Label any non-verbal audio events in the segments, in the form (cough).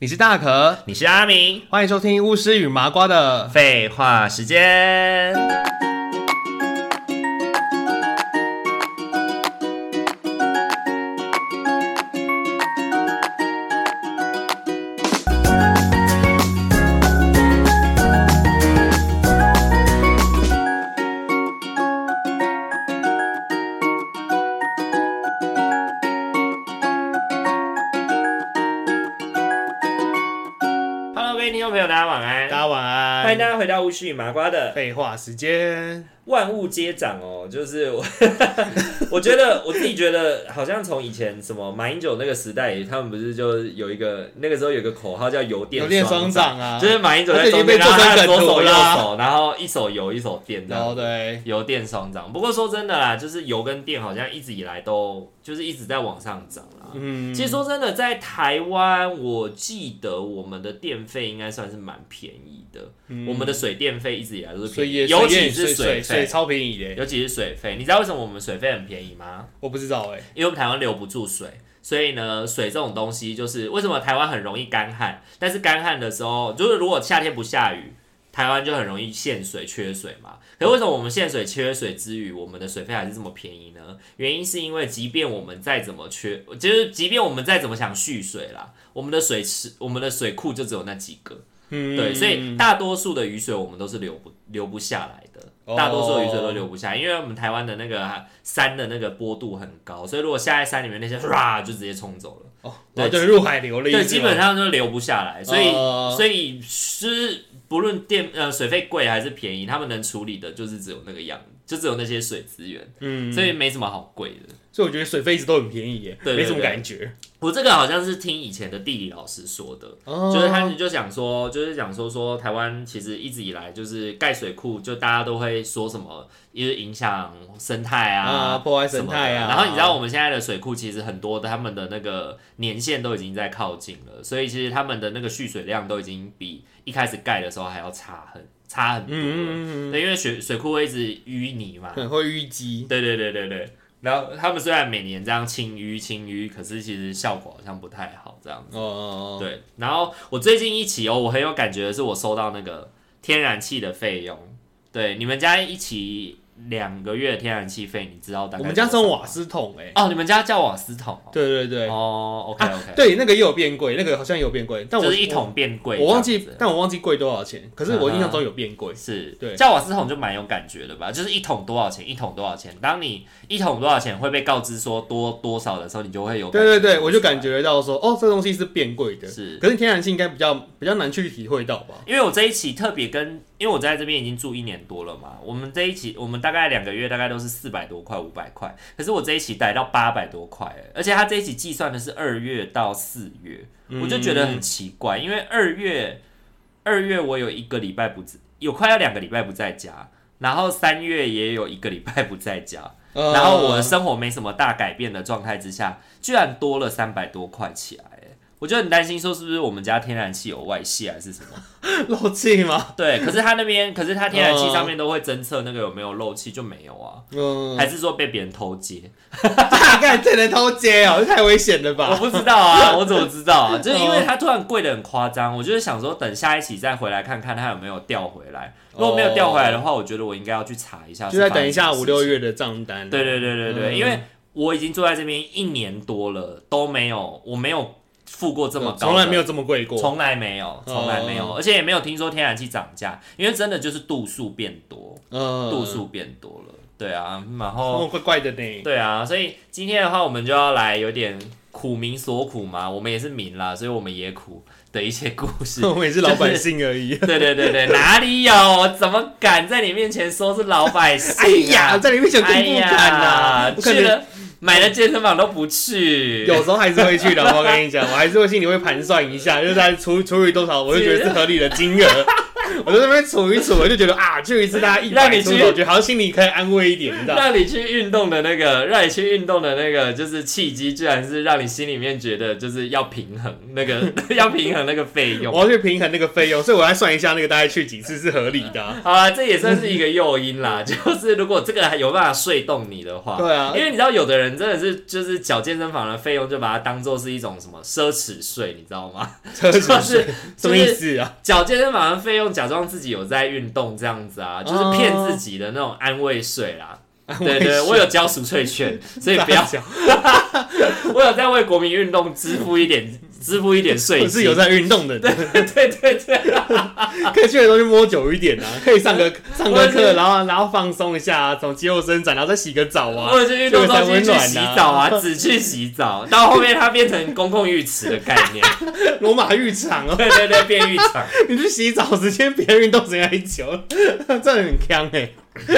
你是大可，你是阿明，欢迎收听巫师与麻瓜的。废话时间。Hello，各位听众朋友，大家晚安。大家晚欢安。迎大家回到巫师与麻瓜的废话时间，万物皆涨哦，就是我， (laughs) 我觉得我自己觉得，好像从以前什么马英九那个时代，他们不是就有一个那个时候有一个口号叫“油电有电双双涨”，涨啊，就是马英九在而且已中经被间，然后他的做左成梗手图右啦手，然后一手油一手电这然样后子。对，油电双涨，不过说真的啦，就是油跟电好像一直以来都就是一直在往上涨啦。嗯，其实说真的，在台湾，我记得我们的电费应该算是蛮便宜的。嗯我们的水电费一直以来都是水便也宜，尤水其也水是水费，超便宜的，尤其是水费。你知道为什么我们水费很便宜吗？我不知道哎，因为我们台湾留不住水，所以呢，水这种东西就是为什么台湾很容易干旱，但是干旱的时候，就是如果夏天不下雨，台湾就很容易限水、缺水嘛。可是为什么我们限水、缺水之余，我们的水费还是这么便宜呢？原因是因为即便我们再怎么缺，就是即便我们再怎么想蓄水啦，我们的水池、我们的水库就只有那几个。嗯，对，所以大多数的雨水我们都是留不留不下来的，哦大多数的雨水都留不下来，因为我们台湾的那个山的那个坡度很高，所以如果下在山里面，那些唰就直接冲走了，哦，对对，就是入海流了一次嘛，对，基本上就留不下来，所以哦所以是不论电呃水费贵还是便宜，他们能处理的就是只有那个样，就只有那些水资源，嗯，所以没什么好贵的。所以我觉得水费一直都很便宜耶，对对没什么对感觉，我这个好像是听以前的地理老师说的，就就是他们就想说，就是讲说说台湾其实一直以来就是盖水库，就大家都会说什么，就是影响生态啊，啊。破坏什生么的态啊，然后你知道我们现在的水库其实很多的，他们的那个年限都已经在靠近了，所以其实他们的那个蓄水量都已经比一开始盖的时候还要差很差很多了。嗯嗯嗯对，因为水水库会一直淤泥嘛嗯，，很会淤积，对对对对对。然后他们虽然每年这样清淤清淤，可是其实效果好像不太好这样。哦哦哦，对，然后我最近一期哦，我很有感觉的是，我收到那个天然气的费用。对，你们家一期两个月天然气费，你知道大概？我们家是用瓦。斯桶哎，哦，你们家叫瓦斯桶哦。对对对，哦，OK OK，、对，那个也有变贵，那个好像也有变贵，但我就是一桶变贵这样子，我忘记，但我忘记贵多少钱。可是我印象中有变贵，是，对叫瓦斯桶就蛮有感觉的吧？就是一桶多少钱，一桶多少钱。当你一桶多少钱会被告知说多多少的时候，你就会有嗯感对觉对对，我就感觉到说，哦，这东西是变贵的。是。可是天然气应该比较比较难去体会到吧？因为我这一期特别跟，因为我在这边已经住一年多了嘛，我们这一期我们大概两个月大概都是四百多块、五百块，可是我这一期逮到八百多块，欸而且他这一期计算的是二月到四月，我就觉得很奇怪，因为二月二月我有一个礼拜不在，有快要两个礼拜不在家，然后三月也有一个礼拜不在家，呃然后我的生活没什么大改变的状态之下，居然多了三百多块起来。欸我就很担心，说是不是我们家天然气有外泄还是什么？ (laughs) 漏气吗？对，可是他那边，可是他天然气上面都会侦测那个有没有漏气，就没有啊，嗯，还是说被别人偷接？ (laughs) 大概这能偷接哦，这太危险了我吧？不知道啊，我怎么知道 (laughs) 啊？就是因为它突然贵的很夸张，我就是想说等下一期再回来看看它有没有掉回来。如果没有掉回来的话，我觉得我应该要去查一下。就再等一下五六月。月的账单。对对对对对，嗯因为我已经坐在这边一年多了，都没有，我没有付过这么嗯高，从来没有。这么贵过。嗯从来没有，从来没有，而且也没有听说天然气涨价，因为真的就是度数变多。嗯，度数变多了。对啊，然后哦，怪怪的呢。对啊，所以今天的话，我们就要来有点苦民所苦嘛，我们也是民啦，所以我们也苦的一些故 (laughs) 事。我 (laughs) 们也是老百姓而已。对对对对，哪里有？我怎么敢在你面前说是老百姓、啊？哎呀，在里面想哎更不呀，敢啊呐，我可去能了买了健身房都不去，有时候还是会 (laughs) 去的， (laughs) 我跟你讲，我还是会心里会盘算一下，就是它除除以多少，我就觉得是合理的金额。我在那边数一数，我就觉得啊，去一次大家一让百你出去头，我觉得好像心里可以安慰一点，你知道？让你去运动的那个，让你去运动的那个，就是契机，居然是让你心里面觉得就是要平衡那个， (laughs) 要平衡那个费用。我要去平衡那个费用，所以我来算一下那个大概去几次是合理的啊、好啦，这也算是一个诱因啦。 (laughs) 就是如果这个还有办法睡动你的话，对啊因为你知道有的人真的是就是缴健身房的费用，就把它当做是一种什么奢侈税，你知道 (laughs) 吗？车就子是是什么意？思啊？缴健身房的费用，假装自己有在运动这样子啊，哦就是骗自己的那种安慰税啦。对对，我有交赎 (laughs) 罪券，所以不要，讲，我有在为国民运动支付一点支付一点税金。我是有在运动的， (laughs) 对对对， (laughs) 可以去的时候就摸久一点 (laughs) 啊，可以上个上我个也是课，然后然后放松一下啊，从肌肉伸展，然后再洗个澡啊或。者去运动中心去洗澡这 (laughs) 啊，只去洗澡，到后面它变成公共浴池的概 (laughs) 念，罗马浴场哦，对对对，变浴场。 (laughs) 你去洗澡时间比运动时间还久， (laughs) 这很坑哎、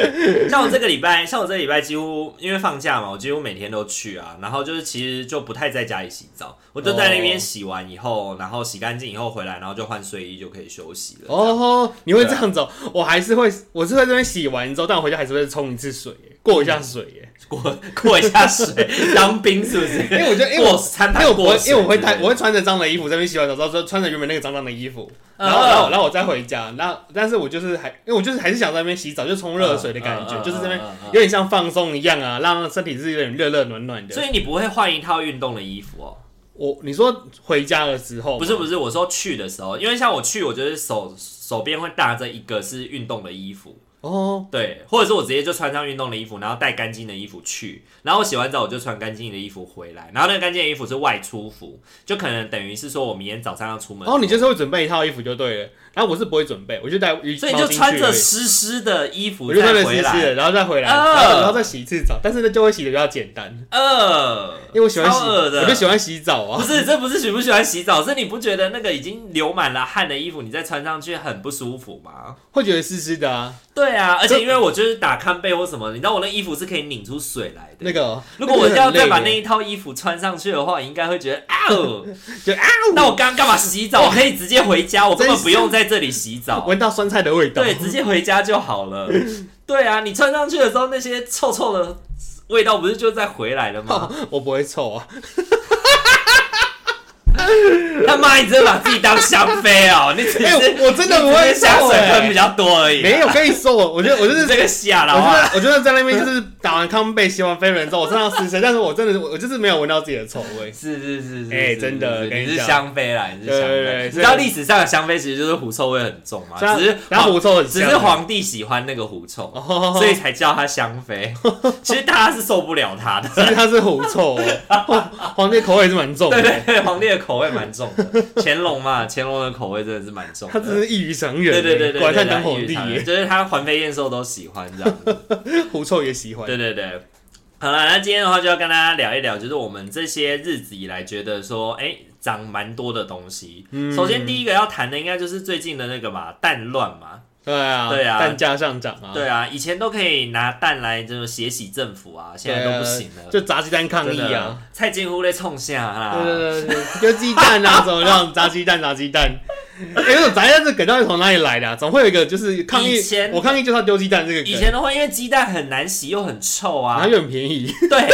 (laughs) 像我这个礼拜，像我这个礼拜几乎因为放假嘛，我几乎每天都去啊，然后就是其实就不太在家里洗澡，我就在那边洗完以后，然后洗干净以后回来，然后就换睡衣就可以休息了。哦，哦，你会这样走、我还是会，我是会这边洗完之后，但我回家还是会冲一次水耶、过一下水耶、过过一下水，当兵是不是？嗯因为我觉 (laughs) 得，因为过我餐因为盘我不过会，水因为我会带，之类的我会穿着脏的衣服在那边洗完澡之后，就穿着原本那个脏脏的衣服，然后嗯然后然后我再回家，那但是我就是还，因为我就是还是想在那边洗澡，就冲热水的感觉，嗯嗯就是这边嗯嗯嗯有点像放松一样啊，让身体是有点热热暖暖嗯所的。以你不会换一套运动的衣服哦。我你说回家的时候，不是不是，我说去的时候，因为像我去，我就是手手边会搭着一个是运动的衣服，哦，对，或者是我直接就穿上运动的衣服，然后带干净的衣服去，然后我洗完澡我就穿干净的衣服回来，然后那个干净的衣服是外出服，就可能等于是说我明天早上要出门，哦，你就是会准备一套衣服就对了，然后我是不会准备，我就带浴所以你毛就巾去穿而着已湿湿的衣服我就再穿着回湿湿来，的，然后再回来，啊然后然后再洗一次澡，但是呢就会洗的比较简单，呃，因为我喜欢洗，超恶的我就喜欢洗澡啊不。是，这不是喜不喜欢洗澡，是你不觉得那个已经流满了汗的衣服，你再穿上去很不舒服吗？会觉得湿湿的啊，对啊，而这且因为我就是打康被或什么，你知道我那衣服是可以拧出水来的。那个如果我那个要很累再把那耶一套衣服穿上去的话，应该会觉得啊哦， (laughs) 就啊，那我刚刚干嘛洗澡？我可以直接回家，我根本不用在这里洗澡。闻到酸菜的味道，对，直接回家就好 (laughs) 了。对啊，你穿上去的时候，那些臭臭的味道不是就再回来 (laughs) 了吗？我不会臭啊，他妈，你真的把自己当香妃哦！ (laughs) 你只 (laughs) 哎，是我我真的不会你只是香臭水喷比哎，较多而已。没有，我跟你说，我我觉得我就 (laughs) 你是。这个瞎我了真啊！的，我真的在那边就是打完康贝、洗完飞轮之后，我身上湿湿，但是我真的是，我就是没有闻到自己的臭味。是是是是，哎是真的是是跟你你是讲香妃啦，你是对香对妃。对你知所以道历史上的香妃其实就是狐臭味很重嘛，只是然后哦狐臭很只是香啊皇帝喜欢那个狐臭，哦 (laughs) 所以才叫她香妃。其实大家是受不了她 (laughs) 的，其实它是狐臭 (laughs) 哦，皇帝口味是蛮重对的，对对，皇帝的口味蛮重的。乾隆嘛，乾隆的口味真的是蛮重他的。真是异于常人。对对对对，果对然对他当对皇帝异于常人耶，就是他环肥燕瘦都喜欢这样 (laughs) 子。狐臭也喜欢。对对对。好了，那今天的话就要跟大家聊一聊，就是我们这些日子以来觉得说，哎、涨蛮多的东西。嗯首先第一个要谈的应该就是最近的那个嘛，蛋乱嘛。对啊，对啊蛋价上涨啊，对啊，以前都可以拿蛋来就是血洗政府啊，现在都不行了。就砸鸡蛋抗真议的啊，，蔡金乎在冲下啦。对对对对，就鸡蛋 (laughs) 啊，怎么样砸鸡蛋砸鸡蛋？哎，这种砸鸡蛋这个梗到底从哪里来的啊？总会有一个就是抗议以前，我抗议就是要丢鸡蛋这个以梗，前的话，因为鸡蛋很难洗又很臭然啊后。又很便宜。 (laughs) 对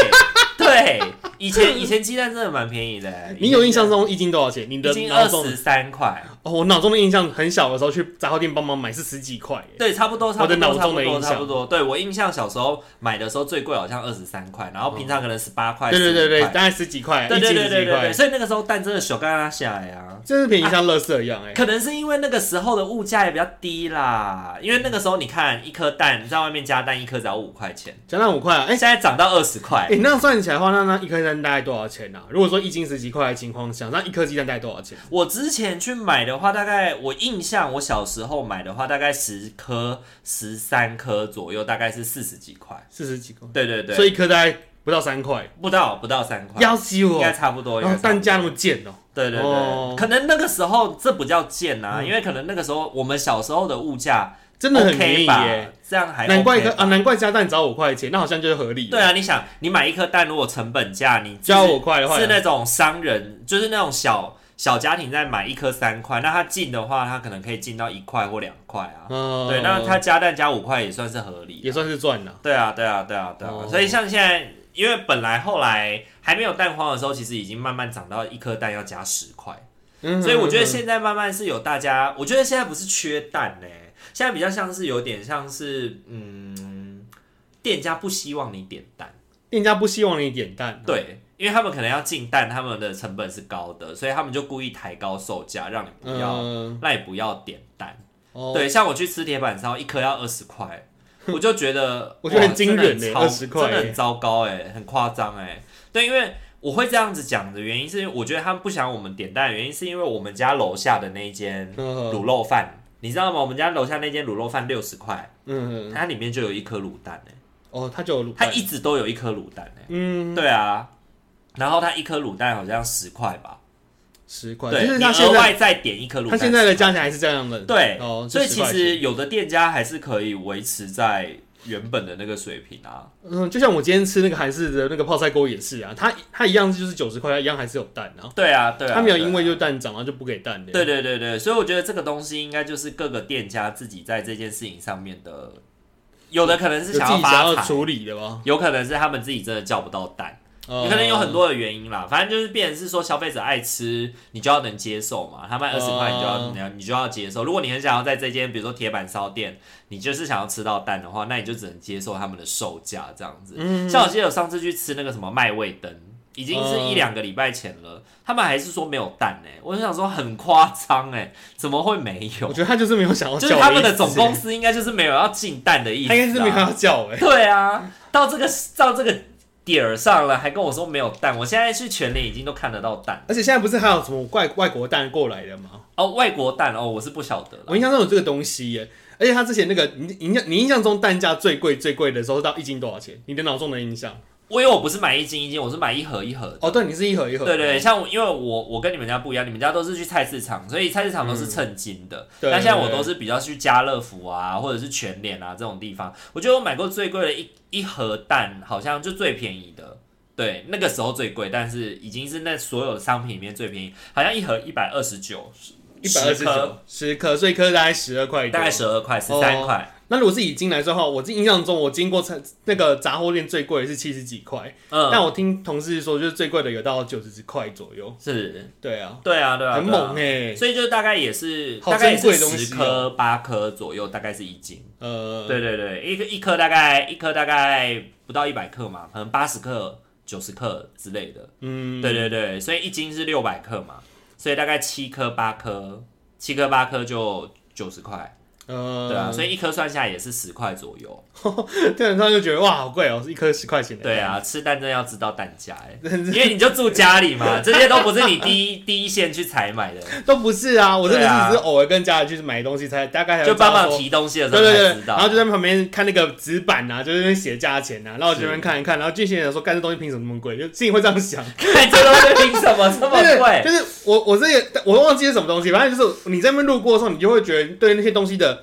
对，以前以前鸡蛋真的蛮便宜的、你有印象？中一斤多少钱？你的已经脑二中十三块，哦，我脑中的印象很小的时候去杂货店帮忙买是十几块耶，对，差不多，差我不的多，脑差不中的多，印象差不多。对我印象，小时候买的时候最贵好像二十三块，然后平常可能十八块，对对对对， 15大概块十几块，对一对斤对十对几对对，块，所以那个时候蛋真的小干拉下来啊。真是便宜像垃圾一样哎。可能是因为那个时候的物价也比较低啦，因为那个时候你看一颗蛋在外面加蛋一颗只要五块钱，加上五块啊，哎现在涨到二十块哎，，那算起来的话，那那一颗蛋大概多少钱啊？如果说一斤十几块的情况下，那一颗鸡蛋大概多少钱？我之前去买的话，大概我印象我小时候买的话，大概十颗、十三颗左右，大概是四十几块。四十几块，对对对，所以一颗大概不到三块，不到不到三块，要死应我该！差不多。应然后该差不哦蛋多价那么贱哦，对对对，哦嗯可能那个时候这不叫贱呐、因为可能那个时候我们小时候的物价真的很便 OK 宜吧耶。，这样还 OK 难怪一颗吧啊，难怪加蛋只要五块钱，那好像就是合理。对，啊，你想，你买一颗蛋，如果成本价你加五块的话是，那种商人，就是那种小小家庭在买一颗三块，那它进的话，它可能可以进到一块或两块啊。嗯，对，那它加蛋加五块也算是合理。啊也算是赚了。对啊，对啊，对啊，对啊。哦所以像现在，因为本来后来还没有蛋黄的时候，其实已经慢慢涨到一颗蛋要加十块。嗯所以我觉得现在慢慢是有大家，我觉得现在不是缺蛋呢、现在比较像是有点像是嗯，店家不希望你点蛋，嗯店家不希望你点蛋，，对，因为他们可能要进蛋，他们的成本是高的，所以他们就故意抬高售价，让你不要，嗯，让你不要点蛋。哦，对，像我去吃铁板烧，一颗要二十 (laughs) 块，我就觉得我觉得很哇惊人真欸的很20块真的欸很糟糕哎、很夸张哎。对，因为我会这样子讲的原因是，因为我觉得他们不想我们点蛋，原因是因为我们家楼下的那一间嗯卤肉饭，你知道吗？我们家楼下那间卤肉饭六十块，嗯，它里面就有一颗卤蛋哎、哦，他就有卤它蛋，一直都有一颗卤蛋哎、嗯，对啊，然后它一颗卤蛋好像十块吧，十块，对就是你他现额在外再点一颗卤他蛋，现在的价钱还是这样的，对，哦，所以就其10块实有的店家还是可以维持在原本的那个水平啊。嗯，就像我今天吃那个韩式的那个泡菜锅也是啊，它它一样就是九十块，它一样还是有蛋啊，对啊，对啊，它没有对啊因为就蛋涨然后就不给蛋的，对对对对，所以我觉得这个东西应该就是各个店家自己在这件事情上面的，有的可能有自是己想要想发要财，处理的吧，有可能是他们自己真的叫不到蛋，呃有可能有很多的原因啦。反正就是变成是说消费者爱吃，你就要能接受嘛。他卖二十块，你就要哦你要你就要接受。如果你很想要在这间比如说铁板烧店，你就是想要吃到蛋的话，那你就只能接受他们的售价这样子。嗯，像我记得我上次去吃那个什么麦味登，已经是嗯一两个礼拜前了，他们还是说没有蛋呢、我就想说很夸张哎，怎么会没哦我有？觉得他就是没有想要就叫是意思，他们的总公司应该就是没有要进蛋的意思、啊， (laughs) 他应该是没有要叫哎，对啊，到这个到这个点儿上了，还跟我说没有蛋，我现在去全联已经都看得到蛋而且现在不是还有什么外外国蛋过来的吗？哦，外国蛋哦，我是不晓得了。我印象中有这个东西耶，而且他之前那个你你印象你印象中蛋价最贵最贵的时候到一斤多少钱？你的脑中的印象？我因为我不是买一斤一斤，我是买一盒一盒的。哦，对，你是一盒一盒，对对，像我因为我我跟你们家不一样，你们家都是去菜市场，所以菜市场都是称斤的。嗯对但现在我都是比较去家乐福啊，或者是全联啊这种地方。我觉得我买过最贵的一一盒蛋，好像就最便宜的。对，那个时候最贵，但是已经是那所有的商品里面最便宜，好像一盒一百二十九，一百二十十颗九十颗，所以一颗大概十二块多，大概十二块、十哦三块。那如果是以斤来说的话，我自己印象中我经过菜那个杂货店最贵的是七十几块，嗯，但我听同事说就是最贵的有到九十几块左右。是，对啊，对啊，对啊，很对啊猛哎、所以就大概也是，好大概也珍是贵的东西十哦颗、八颗左右，大概是一斤。呃，对对对，一颗一颗大概一颗大概不到一百克嘛，可能八十克、九十克之类的。嗯，对对对，所以一斤是六百克嘛，所以大概七颗八颗，七颗八颗就九十块，呃，对啊，所以一颗算下来也是十块左右。基本上就觉得哇，好贵哦、一颗十块钱的。对，啊，吃蛋真的要知道蛋价 (laughs) 哎、因为你就住家里嘛，这些都不是你第一第一线去采买的，都不是啊，我真的对啊是只是偶尔跟家人去买东西才大概才就会知道帮忙说提东西的时对候对才对知，道。然后就在旁边看那个纸板啊，就在那边写价钱啊，然后我就在那边看一看，然后就心里想说，干这东西凭什么那么贵？就心里会这样想。 (laughs) 看这东西凭什么这么对对，贵？就是我我这个我忘记是什么东西，反正就是你在那边路过的时候，你就会觉得对那些东西的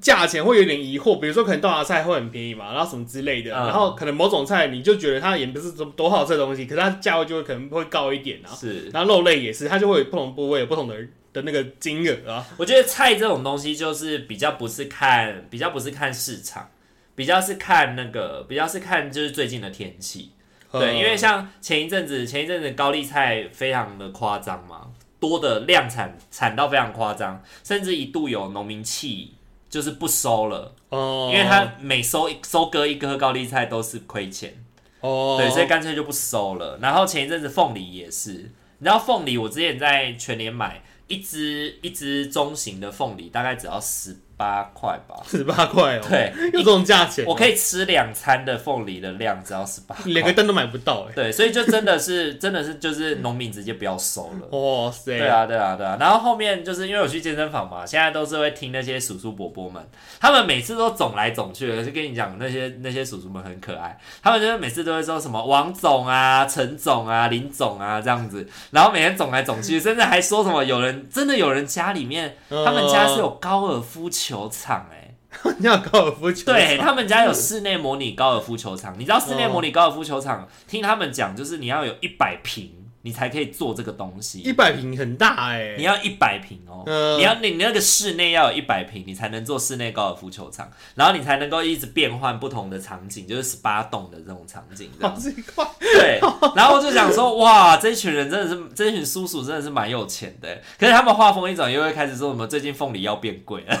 价钱会有点疑惑。比如说，可能豆芽菜会很便宜嘛，然后什么之类的，嗯然后可能某种菜你就觉得它也不是多好吃的东西，可是它价位就会可能会高一点啊。是然后肉类也是，它就会有不同部位有不同的的那个金额啊。我觉得菜这种东西就是比较不是看，比较不是看市场，比较是看那个，比较是看就是最近的天气。哦对，因为像前一阵子，前一阵子高丽菜非常的夸张嘛，多的量产产到非常夸张，甚至一度有农民气就是不收了，哦，因为他每收一收割一颗高丽菜都是亏钱。哦，对，所以干脆就不收了。然后前一阵子凤梨也是，你知道凤梨，我之前在全联买一只一只中型的凤梨，大概只要十八块吧。十八块哦，对，有这种价钱，我可以吃两餐的凤梨的量，只要十八连个块。灯都买不到哎、对，所以就真的是真的是就是农民直接不要收了。哇塞，对啊，对啊，对啊。然后后面就是因为我去健身房嘛，现在都是会听那些叔叔伯伯们，他们每次都总来总去的，就跟你讲那些那些叔叔们很可爱，他们就是每次都会说什么王总啊、陈总啊、林总啊这样子，然后每天总来总去，甚至还说什么有人真的有人家里面嗯他们家是有高尔夫球场哎、 (laughs) 你要高尔夫球场，对他们家有室内嗯模拟高尔夫球场，你知道室内模拟高尔夫球场，听他们讲就是你要有一百平你才可以做这个东西。一百平很大哎、你要一百平哦，嗯你要你你那个室内要有一百平，你才能做室内高尔夫球场，然后你才能够一直变换不同的场景，就是十八栋的这种场景 (laughs) 这好样。奇怪，对，哦然后我就想说，哇，这群人真的是，这群叔叔真的是蛮有钱的，欸可是他们话锋一转，又会开始说什么最近凤梨要变贵了。 (laughs)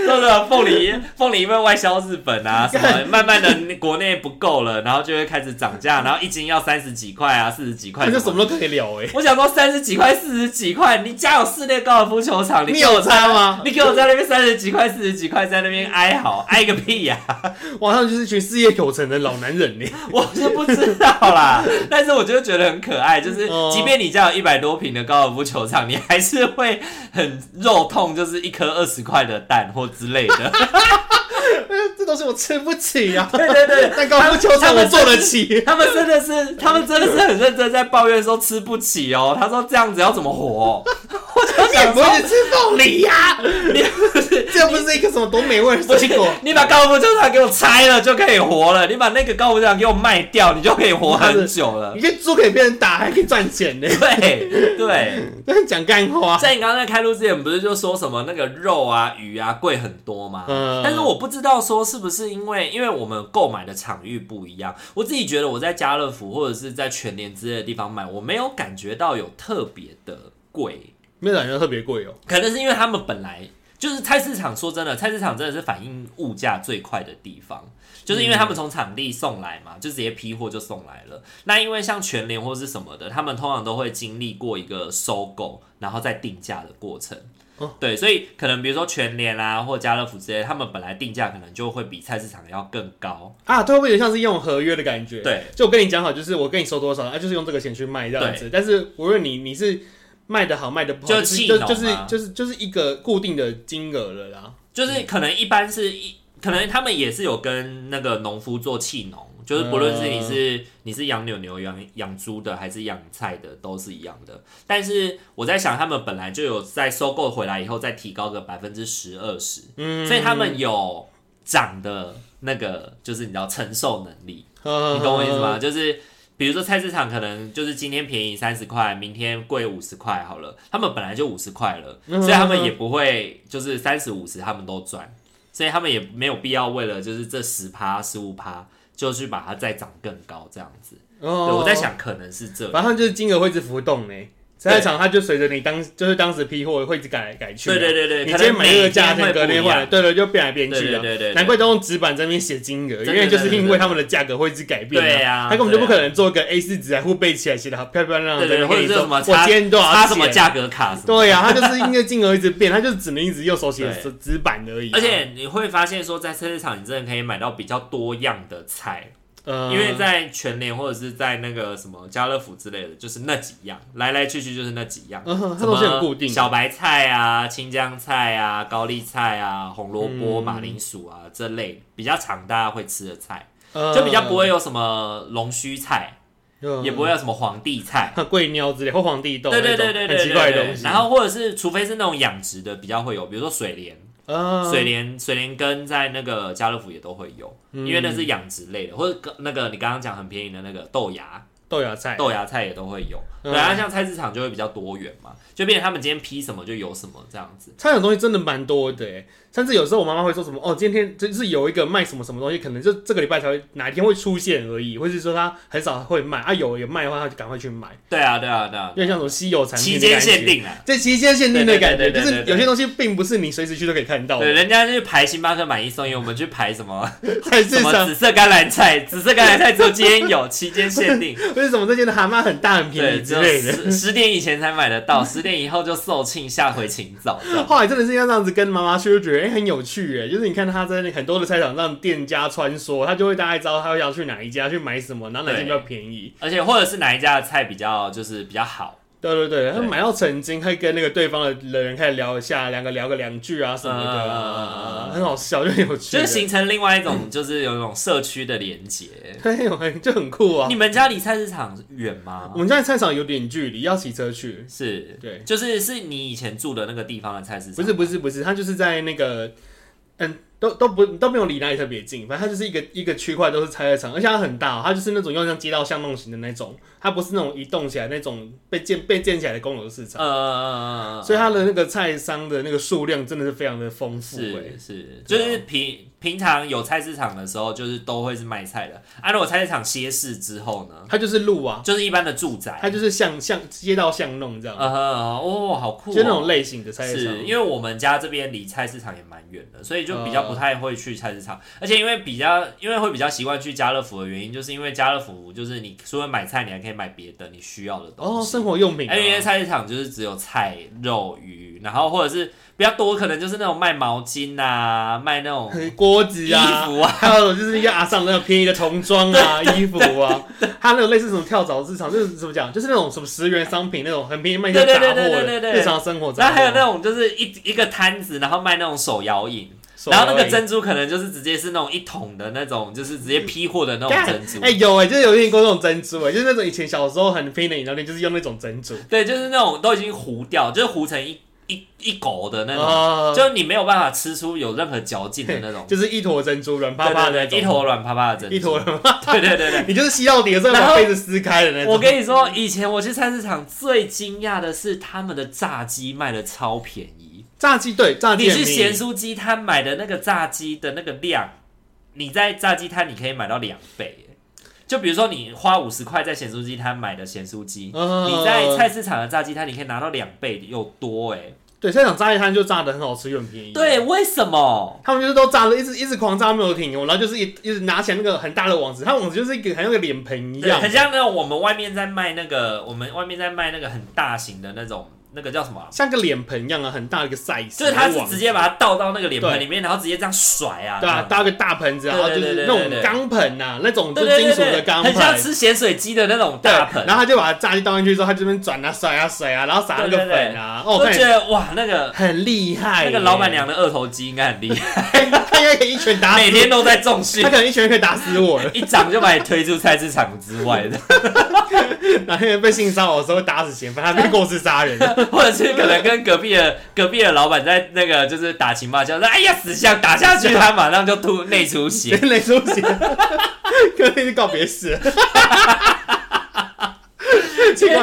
对不对？凤梨凤梨因为外销日本啊，什么慢慢的国内不够了，然后就会开始涨价，然后一斤要三十几块啊，四十几块那什么就的。什么都可以聊哎、我想说三十几块、四十几块，你家有室内高尔夫球场，你你给我有差吗？你给我在那边三十几块、四十几块，在那边哀嚎，哀个屁呀、 (laughs) 哇，他们就是一群事业有成的老男人欸呢、我是不知道啦，但是我就觉得很可爱，就是哦即便你家有一百多平的高尔夫球场，你还是会很肉痛，就是一颗二十块的蛋或之类 (laughs) 的。 (laughs) 这东西我吃不起啊！对对对， (laughs) 蛋糕不球场我做得起，他们真的是，他们真的是很认真在抱怨说吃不起哦。他说这样子要怎么活、哦 (laughs) 我就你也想不说，会去吃凤梨呀、你 (laughs) 这又不是一个什么多美味的水果，你把高尔夫球场给我拆了就可以活了，你把那个高尔夫球场给我卖掉，你就可以活很久了你。可以租给别人打，还可以赚钱呢、 (laughs) (laughs) 对对，真的讲干话。 (laughs) 在你刚刚在开录之前，不是就说什么那个肉啊、鱼啊贵很多吗？嗯但是我不知道说是不是因为因为我们购买的场域不一样，我自己觉得我在家乐福或者是在全联之类的地方买，我没有感觉到有特别的贵，没有感觉特别贵哦。可能是因为他们本来就是菜市场，说真的，菜市场真的是反映物价最快的地方，就是因为他们从场地送来嘛，就直接批货就送来了。那因为像全联或是什么的，他们通常都会经历过一个收购，然后再定价的过程。哦对，所以可能比如说全联啦、或家乐福之类，他们本来定价可能就会比菜市场要更高。啊，对，会不会有点像是用合约的感觉？对，就我跟你讲好，就是我跟你收多少，啊，就是用这个钱去卖这样子。但是无论你你是卖的好卖的不好，就就是系就统就是嘛就是就是一个固定的金额了啦。就是可能一般是一，可能他们也是有跟那个农夫做弃农，就是不论是你是、你是养牛牛、养养猪的，还是养菜的，都是一样的。但是我在想，他们本来就有在收购回来以后再提高个百分之十二十，嗯，所以他们有涨的那个，就是你知道承受能力。你你懂我意思嗯吗？？就是比如说菜市场可能就是今天便宜三十块，明天贵五十块好了，他们本来就五十块了，嗯所以他们也不会就是三十五十他们都赚，所以他们也没有必要为了就是这十趴十五趴。就去把它再涨更高，这样子。对，哦我在，想可能是这样。反正就是金额会一直浮动呢。菜市场它就随着你当就是当时批货会一直改来改去啊。对对对对，你可今能天买这个价每钱，天隔会不一天样换来，对对，就变来变对去对啊。对对，难怪都用纸板这边写金额，因真的为就是因真为的他们的价格会一直改变、对啊他根本就不对啊可能做个 A 四纸来互背起来，写的好漂漂亮亮对的。对对，或者跟你是说什么我差今天多少差什么钱价格卡什么的对啊呀、他就是因为金额一直变，他就只能一直用手写对纸板而已啊、而且你会发现说，在菜市场你真的可以买到比较多样的菜，呃，因为在全联或者是在那个什么家乐福之类的，就是那几样，来来去去就是那几样。嗯哼，它什东么西很固定。小白菜啊、青江菜啊、高丽菜啊、红萝嗯卜、马铃薯啊这类比较常大家会吃的菜，呃就比较不会有什么龙须菜，嗯也不会有什么皇帝菜。呃贵妞之类或皇帝豆对对那种对对对很对奇怪的对东西。然后或者是，除非是那种养殖的比较会有，比如说水莲，呃，水莲水莲根在那个家乐福也都会有，因为那嗯是养殖类的，或者那个你刚刚讲很便宜的那个豆芽，豆芽菜，豆芽菜也都会有。嗯对啊，像菜市场就会比较多元嘛，就变成他们今天批什么就有什么这样子。菜场东西真的蛮多的欸，甚至有时候我妈妈会说什么哦，今天就是有一个卖什么什么东西，可能就这个礼拜才会哪一天会出现而已，或是说它很少会卖啊，有也卖的话，她就赶快去买，对啊，对啊，对啊有，点像什么稀有产品期的间感觉限，定啊。这期间限定的感觉，对对对对就对是有些东西并不是你随时去都可以看到对，的，人家去排星巴克买一送一，我们去排什么菜市什么场紫色甘蓝菜，紫色甘蓝菜只有今天有，期间限定，或是什么这些的蛤蟆很大很便对，宜只之有类的。十十点以前才买得到，十点以后就售罄，下回请早。这样后来真的是要这样子跟妈妈去，就觉得哎、很有趣哎，就是你看他在很多的菜场让店家穿梭，他就会大概知道他要去哪一家去买什么，然后哪些比较便宜。而且或者是哪一家的菜比较就是比较好，对对对，他买到曾经会跟那个对方的人开始聊一下，两个聊个两句啊什么的啊，嗯很好笑，就很有趣，就是形成另外一种就是有一种社区的连接。对，我很就很酷啊你。们家离菜市场远吗我？们家菜场有点距离，要骑车去。是，对，就是是你以前住的那个地方的菜市不场，是不是不是，他就是在那个嗯都都不都没有离哪里特别近，反正它就是一个一个区块都是菜市场，而且它很大、哦，它就是那种用像街道巷弄型的那种，它不是那种移动起来那种被建被建起来的公有市场，呃，所以它的那个菜商的那个数量真的是非常的丰富、欸。是是，就是平平常有菜市场的时候，就是都会是卖菜的。啊，如果菜市场歇市之后呢，它就是路啊，就是一般的住宅。它就是巷巷街道巷弄这样，呃呵，哦，好酷、哦，就那种类型的菜市场是。因为我们家这边离菜市场也蛮远的，所以就比较不太会去菜市场，呃而且因为比较，因为会比较习惯去家乐福的原因，就是因为家乐福就是你除了买菜，你还可以买别的你需要的东哦，西。生活用品、啊哎，因为菜市场就是只有菜、肉、鱼，然后或者是比较多，可能就是那种卖毛巾啊，卖 (laughs) 那种锅子衣啊，服啊， (laughs) 还有就是一些阿上那个便宜的童装啊、衣服啊，它那种类似什么跳蚤市场，就是怎么讲，就是那种什么十元商品那种很便宜卖一些对杂对对货对对的，哦对对日常生活杂然货。后还有那种就是一一个摊子，然后卖那种手摇饮，手摇然饮，后那个珍珠可能就是直接是那种一桶的那种，就是直接批货的那种干珍珠哎、。有哎、就是有见过那种珍珠哎、就是那种以前小时候很便宜的饮料店，就是用那种珍珠对，就是那种都已经糊掉，就是糊成一一一狗的那种，啊，就是你没有办法吃出有任何嚼劲的那种， (laughs) 就是一坨珍珠软趴趴的那对对对种，一坨软趴趴的珍珠，一坨 (laughs) 软趴，对对对对。你就是吸到底的时候然把后被子撕开的那种。我跟你说，以前我去菜市场最惊讶的是他们的炸鸡卖的超便宜。炸鸡对炸鸡你很去便咸宜酥鸡摊买的那个炸鸡的那个量，你在炸鸡摊你可以买到两倍耶。就比如说你花五十块在咸酥鸡摊买的咸酥鸡，嗯你在菜市场的炸鸡摊你可以拿到两倍有多哎。对，现场炸鸡摊就炸的很好吃又很便宜。对，为什么？他们就是都炸了，一直一直狂炸没有停哦，然后就是一一直拿起来那个很大的网子，它网子就是一个很像个脸盆一对，样，很像那种我们外面在卖那个，我们外面在卖那个很大型的那种，那个叫什么啊？像个脸盆一样啊，很大的一个 size，就是它是网子直接把它倒到那个脸盆对里面，然后直接这样甩啊，对啊，这样搭个大盆子，然后就对对是对那对种对钢盆呐、啊，那种就是对对金对属的对，钢很盆，像吃咸水鸡的那种大盆，然后他就把炸鸡倒进去之后，他这边转啊甩啊甩啊，然后撒那个对对对粉啊，哦，我看觉起来得哇，那个很厉害耶，那个老板娘的二头肌应该很厉害，他应该可以一拳打死，每天都在重训他。可能一拳可以打死我了，一掌就把你推出菜市场之外的， (laughs) 然后被性骚扰的时候会打死嫌犯，他被过失杀人，或者是可能跟隔壁的隔壁的老板在那个就是打情骂俏，说哎呀死相打下去，他马上就吐内出 (laughs) 血，人类出血，跟那是告别式。奇怪，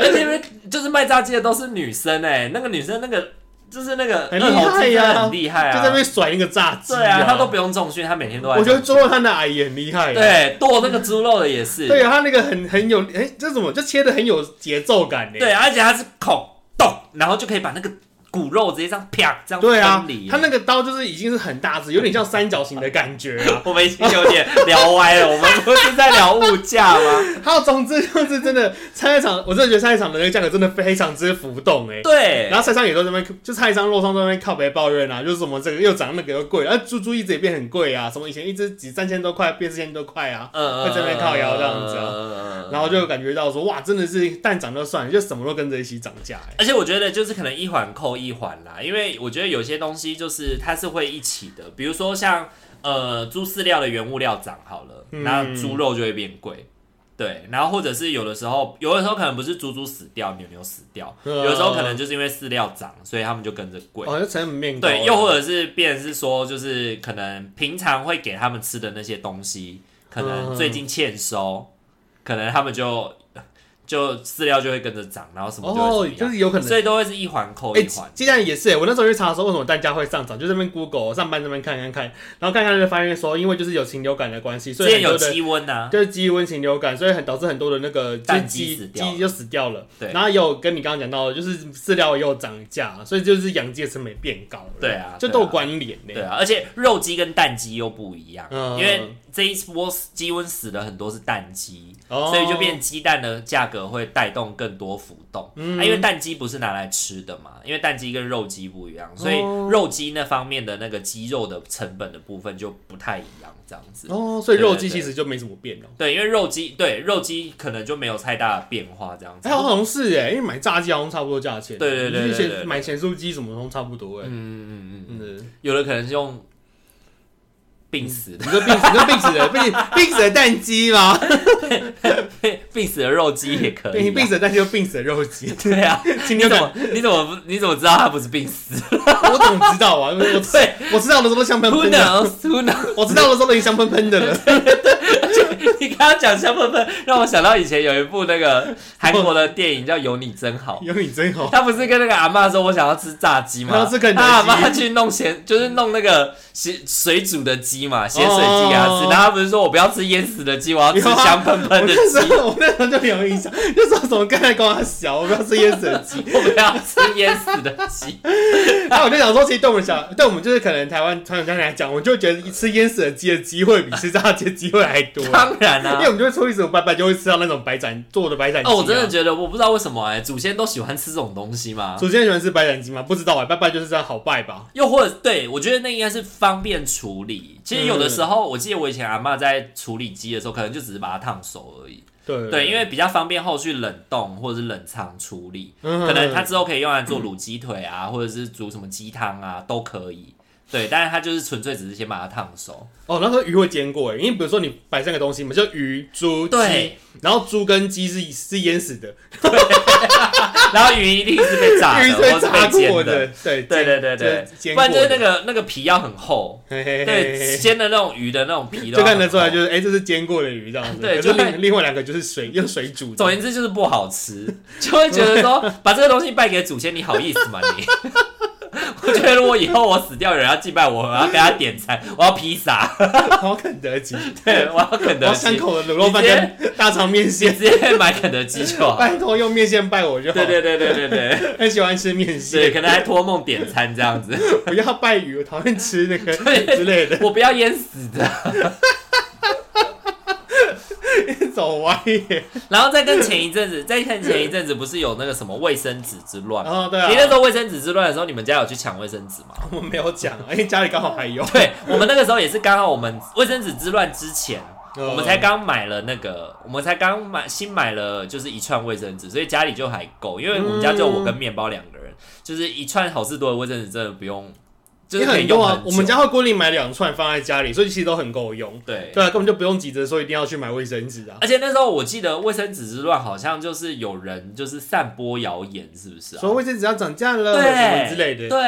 而且因为就是卖炸鸡的都是女生哎、那个女生那个就是那个很二头肌厉害真啊的很厉害就啊，在那边甩那个炸鸡、对啊，她都不用重训，她每天都在。我觉得做他的阿姨很厉害、，啊对剁那个猪肉的也是，对啊，他那个很很有，哎、这怎么就切的很有节奏感呢、对而且它是孔洞，然后就可以把那个骨肉直接这样啪这样对啊分离。，他那个刀就是已经是很大只，有点像三角形的感觉啊。 (laughs) 我们已经有点聊歪了，我们不是在聊物价吗？还有，总之就是真的菜市场，我真的觉得菜市场的那个价格真的非常之浮动哎、对然，后菜商也都在那边，就菜商、肉商都在那边靠北抱怨啊，就是什么这个又涨那个又贵，然后猪猪一直也变很贵啊，什么以前一只几三千多块变四千多块啊，呃会在那边靠腰这样子啊啊然后就感觉到说哇，真的是蛋涨就算了，就什么都跟着一起涨价哎、而且我觉得就是可能一环扣一环啦，因为我觉得有些东西就是它是会一起的，比如说像呃猪饲料的原物料涨好了，嗯那猪肉就会变贵。对，然后或者是有的时候，有的时候可能不是猪猪死掉，牛牛死掉，嗯有的时候可能就是因为饲料涨，所以他们就跟着贵。哦，就成本变高了，对，又或者是变成是说，就是可能平常会给他们吃的那些东西，可能嗯最近欠收，可能他们就就饲料就会跟着涨，然后什么就会怎么哦，样。就是有可能所以都会是一环扣哎、一鸡环。鸡蛋也是、欸，我那时候去查说为什么蛋价会上涨，就这边 Google 上班这边看看看，然后看看就发现说，因为就是有禽流感的关系，所之以前很多有的鸡瘟啊呐，就是鸡瘟禽流感，所以很导致很多的那个就是蛋鸡死掉了鸡就死掉了。对然后也有跟你刚刚讲到的，就是饲料也有涨价，所以就是养鸡的成本也变高了。对啊就对啊都有关联呢、对啊，而且肉鸡跟蛋鸡又不一样，嗯因为这一波鸡瘟死了很多是蛋鸡，哦所以就变鸡蛋的价格会带动更多浮动。嗯啊因为蛋鸡不是拿来吃的嘛，因为蛋鸡跟肉鸡不一样，所以哦肉鸡那方面的那个鸡肉的成本的部分就不太一样，这样子。哦，所以肉鸡对对对其实就没怎么变哦。对，因为肉鸡对肉鸡可能就没有太大的变化，这样子。哎、好像是哎、因为买炸鸡好像差不多价钱，对对对对嗯就是咸对对对买咸酥鸡什么都差不多哎、嗯嗯嗯嗯，嗯，有的可能是用病死的你说病死，你说病死的病病死的蛋鸡吗？病病死的肉鸡也可以、病病啊。死的蛋鸡就病死的肉鸡。对啊，今你天怎我么你怎么不你怎么知道他不是 (laughs) 病死？我怎么知道啊？我我知对我知道的时候都香喷，Who 喷的， knows? (laughs) Who knows? 我知道的时候都已经香喷喷的了。你刚刚讲香喷喷，让我想到以前有一部那个韩国的电影叫《有你真 (laughs) 好》，有你真好，他不是跟那个阿嬷说：“我想要吃炸鸡他吗要？”吃肯德他基阿嬷去弄咸，就是弄那个咸水煮的鸡嘛，咸水鸡给他吃。哦然后他不是说：“我不要吃淹死的鸡，我 (laughs) 要吃有啊香喷我喷的那时鸡，候我那时候就有印象，就说怎么刚才跟他小，我不要吃淹死的鸡。我不要吃淹死的鸡。” (laughs) 然后我就想说，其实对我们小，对我们就是可能台湾传统家庭来讲，我就觉得吃淹死的鸡的机会比吃炸鸡的机会还 (laughs) 多。当然因 (laughs) 啦、为我们就会出去什么白白就会吃到那种白斩做的白斩鸡、啊。哦，我真的觉得我不知道为什么哎、祖先都喜欢吃这种东西嘛。祖先喜欢吃白斩鸡吗？不知道哎、拜拜就是这样好拜吧。又或者对我觉得那应该是方便处理。其实有的时候，我记得我以前阿嬷在处理鸡的时候，可能就只是把它烫熟而已。对对，因为比较方便后续冷冻或者是冷藏处理，可可能它之后可以用来做卤鸡腿啊，嗯或者是煮什么鸡汤啊，都可以。对，但是它就是纯粹只是先把它烫熟。 (laughs) 哦，那时候鱼会煎过哎，因为比如说你摆三个东西嘛，就鱼、猪、鸡，对，然后猪跟鸡是是淹死的，然后鱼一定是被炸的，鱼是或被者是炸被过煎的的。，对对对对对对，煎不过然就是的，那个那个皮要很厚。嘿嘿嘿对，嘿嘿煎的那种鱼的那种皮都就看得出来，很厚就是哎、这是煎过的鱼这样子。对可是就看另另外两个就是水用水煮总而的。言之就是不好吃， (laughs) 就会觉得说把这个东西拜给祖先，你好意思吗你？ (laughs) 我觉得如果以后我死掉，有人要祭拜我，我要给他点餐，我要披萨， (laughs) (laughs) 好肯德基，对，我要肯然德后基三，口的卤肉饭你跟大肠面你 (laughs) 线，直接买肯德基就好。拜托用面线拜我就好。 (laughs) 对对对对对对很喜欢吃面对，线，可能还托梦点餐这样子， (laughs) (laughs) 不要拜鱼，我讨厌吃那个对 (laughs) 之类的，我不要淹死的。走歪耶。然后再跟前一阵子，再看前一阵子不是有那个什么卫生纸之乱吗？哦，对啊你，那时候卫生纸之乱的时候，你们家有去抢卫生纸吗？ (laughs) 我们没有讲啊，因为家里刚好还有。对我们那个时候也是刚好我们卫生纸之乱之前，呃我们才刚买了那个，我们才刚买新买了就是一串卫生纸，所以家里就还够，因为我们家就我跟面包两个人，就是一串好事多的卫生纸真的不用，就是因为可以很多用啊很，久。我们家会固定买两串放在家里，所以其实都很够用。对。对啊，根本就不用急着说一定要去买卫生纸啊。而且那时候我记得卫生纸之乱好像就是有人就是散播谣言，是不是啊？说卫生纸要涨价了对什么之类的。对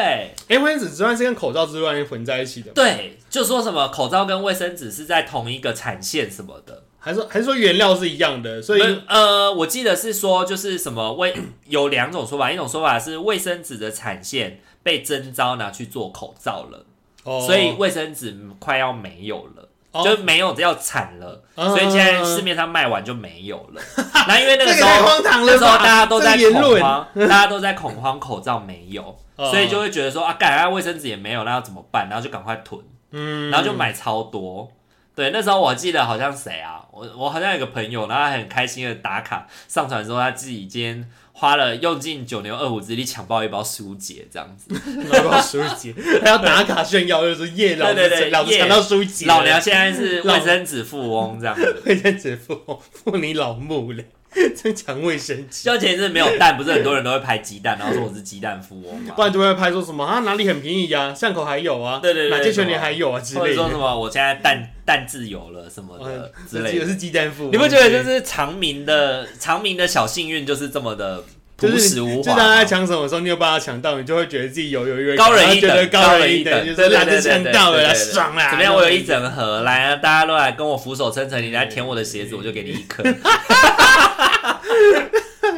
哎，卫生纸之乱是跟口罩之乱混在一起的，对，就说什么口罩跟卫生纸是在同一个产线什么的，还说还是说原料是一样的，所以没呃，我记得是说，就是什么卫 (clears throat) 有两种说法，一种说法是卫生纸的产线被征召拿去做口罩了，哦所以卫生纸快要没有了。哦就没有要产了，嗯所以现在市面上卖完就没有 (laughs) 了。那因为那这个个时太候，荒唐那了时候吧？大家都在这个言恐论，慌，大家都在恐慌，口罩没有，哦所以就会觉得说啊，干，那卫生纸也没有，那要怎么办？然后就赶快囤。嗯，然后就买超多。对，那时候我记得好像谁啊，我我好像有个朋友，然后他很开心的打卡上传说他自己今天花了用尽九牛二虎之力抢爆一包舒洁这样子， (laughs) 老到书籍，还要打卡炫耀，就是耶，老对对子对老子耶抢到书籍了，老娘现在是卫生纸富翁这样子。卫生纸付付你老母嘞，真抢卫生纸，就前一阵没有蛋，不是很多人都会拍鸡蛋，然后说我是鸡蛋富翁嘛不，然就会拍说什么啊哪里很便宜啊，巷口还有啊，对对对哪届全年还有啊之或者类说什的，么我现在蛋蛋自由了什么的之类也的。是鸡蛋付，你不觉得就是长明的长明的小幸运就是这么的朴就是实你无就华大吗？家在抢什么时候，你有把它抢到，你就会觉得自己有有一个高人一觉得等，高人一等，就对是对懒对子抢对到对了，对对爽啦！啊怎么样？我有一整盒，来啊，大家都来跟我俯首称臣，你来舔我的鞋子，我就给你一颗。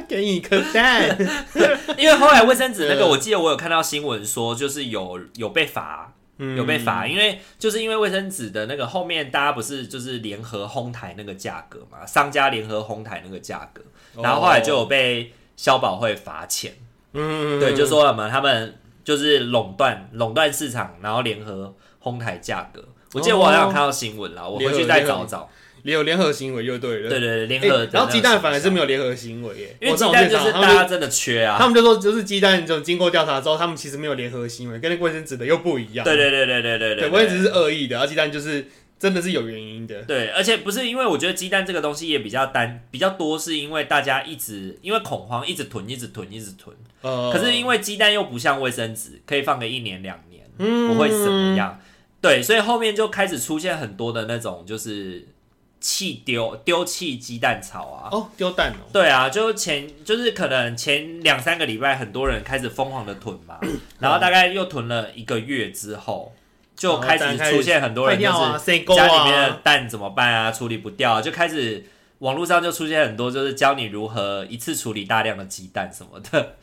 给你一颗蛋， (laughs) (laughs) 因为后来卫生纸那个，嗯我记得我有看到新闻说，就是有有被罚，嗯有被罚，因为就是因为卫生纸的那个后面，大家不是就是联合哄抬那个价格嘛，商家联合哄抬那个价格，然后后来就有被消保会罚钱。哦嗯对，就说了嘛，他们就是垄断垄断市场，然后联合哄抬价格。我记得我好像有看到新闻啦，我回去再找找。有联合行为就对了，对对对，联欸合的那个、然后鸡蛋反而是没有联合行为耶，因为我鸡上网蛋电就查是他大们家就真的缺啊。他们就说就是鸡蛋这种经过调查之后，他们其实没有联合行为，跟那个卫生纸的又不一样。对对对对对对对，卫生纸是恶意的，然后鸡蛋就是真的是有原因的。对，而且不是因为我觉得鸡蛋这个东西也比较单比较多，是因为大家一直因为恐慌一直囤一直囤一直囤，呃，可是因为鸡蛋又不像卫生纸可以放个一年两年，嗯不会怎么样。对，所以后面就开始出现很多的那种就是弃丢丢弃鸡蛋草啊。哦，丢蛋哦，对啊，就前就是可能前两三个礼拜，很多人开始疯狂的囤 (coughs) 嘛，然后大概又囤了一个月之后，就开然后始大家出现很多坏人就掉是啊，谁勾家里面的啊？蛋怎么办啊？处理不掉啊、就开始网络上就出现很多，就是教你如何一次处理大量的鸡蛋什么 (laughs) 的，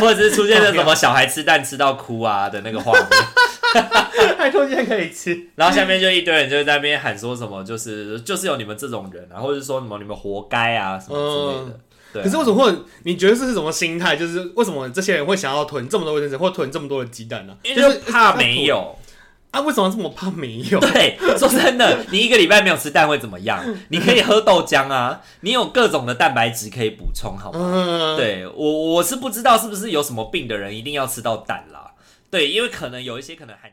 或者是出现了什么小孩吃蛋吃到哭啊的那个画面。 (laughs) 太空间可以吃，然后下面就一堆人就在那边喊说什么，就是就是有你们这种人啊，或者是说什么你们活该啊什么之类的。对嗯啊、可是为什么会有？你觉得这是什么心态？就是为什么这些人会想要囤这么多卫生纸，或囤这么多的鸡蛋呢、因为就就是是怕没有。啊，为什么这么怕没 (laughs) 有？对， (laughs) 说真的，你一个礼拜没有吃蛋会怎么 (laughs) 样？你可以喝豆浆啊，你有各种的蛋白质可以补充，好吗？嗯，对我我是不知道是不是有什么病的人一定要吃到蛋啦。对，因为可能有一些可能罕见。